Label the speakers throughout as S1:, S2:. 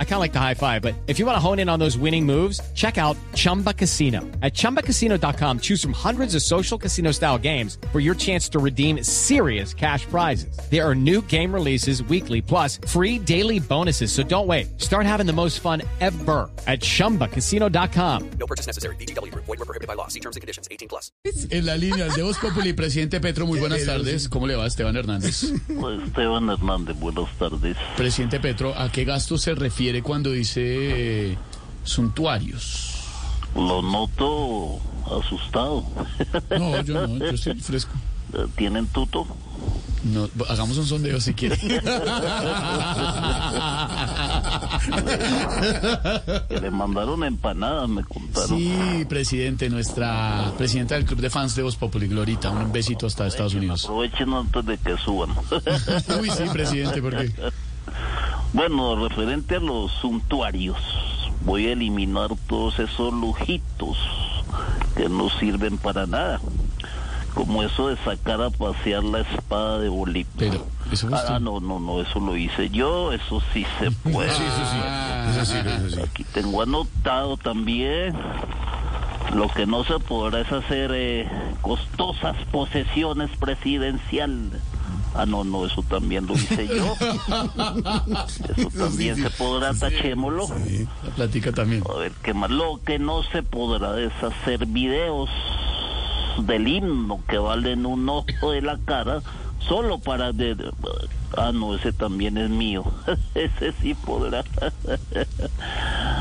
S1: I kind of like the high five, but if you want to hone in on those winning moves, check out Chumba Casino. At chumbacasino.com, choose from hundreds of social casino style games for your chance to redeem serious cash prizes. There are new game releases weekly, plus free daily bonuses. So don't wait. Start having the most fun ever at chumbacasino.com.
S2: No purchase necessary. BGW. Void were prohibited by law. See terms and conditions. 18 plus.
S3: En la línea de Voz Populi, presidente Petro, muy buenas tardes. ¿Cómo le va Esteban Hernández?
S4: Esteban Hernández, buenas tardes.
S3: Presidente Petro, ¿a qué gasto se refiere cuando dice eh, suntuarios?
S4: Lo noto asustado.
S3: No, yo no, yo estoy fresco.
S4: ¿Tienen tuto?
S3: No, hagamos un sondeo si quiere.
S4: Que le mandaron empanadas, me contaron.
S3: Sí, presidente, nuestra presidenta del club de fans de Voz Populi, Glorita, un besito hasta Estados Unidos.
S4: Aprovechen antes de que suban.
S3: Uy, sí, presidente, porque
S4: bueno, referente a los suntuarios, voy a eliminar todos esos lujitos que no sirven para nada. Como eso de sacar a pasear la espada de Bolívar.
S3: Pero, ¿eso fue usted?
S4: Ah, no, no, no, eso lo hice yo, eso sí se puede. Aquí tengo anotado también. Lo que no se podrá es hacer eh, costosas posesiones presidenciales. Ah, no, no, eso también lo hice yo. Eso también se podrá, tachémoslo.
S3: sí, la plática también.
S4: A ver, ¿qué más? Lo que no se podrá es hacer videos del himno que valen un ojo de la cara solo para... de- Ah, no, ese también es mío. Ese sí podrá.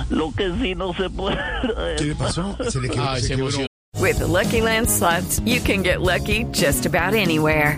S4: Lo que sí no se podrá es
S5: ¿Qué le pasó? Se le quebró.
S3: Ay,
S5: Ah, se
S3: se
S5: quebró.
S3: emocionó.
S6: With the Lucky Land slots, you can get lucky just about anywhere.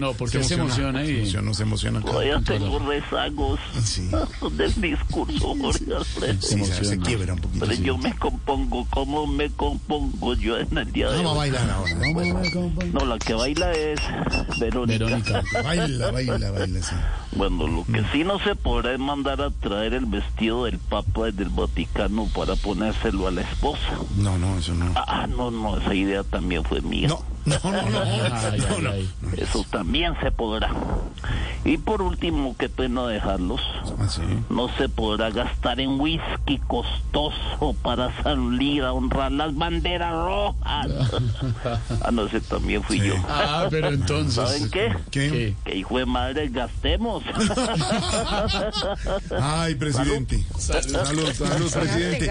S3: No, porque se emociona
S5: Se
S3: y...
S5: emociona, se emociona.
S4: Todavía tengo rezagos
S5: Sí.
S4: del discurso, Jorge Alfredo.
S5: Sí, se, se quiebra un poquito.
S4: Pero
S5: sí.
S4: yo me compongo, ¿cómo me compongo yo en el día de
S5: Vamos a
S4: hoy?
S5: bailar ahora. Vamos a bailar.
S4: No, la que baila es Verónica.
S3: Verónica.
S5: Baila, baila, baila. Sí.
S4: Bueno, lo que
S5: Mm.
S4: sí no se podrá es mandar a traer el vestido del Papa desde el Vaticano para ponérselo a la esposa.
S5: No, no, eso no.
S4: Ah, no, no, esa idea también fue mía.
S5: No, no, no, no.
S3: Ay,
S5: no, no.
S3: ay,
S4: Eso también se podrá. Y por último, qué pena dejarlos.
S5: Ah, sí.
S4: No se podrá gastar en whisky costoso para salir a honrar las banderas rojas. ah, no, ese también fui
S5: Sí.
S4: yo.
S3: Ah, pero entonces...
S4: ¿Saben qué?
S5: ¿Qué?
S3: ¿Qué?
S4: Que hijo de madre, gastemos.
S5: Ay, presidente. Salud, salud, presidente.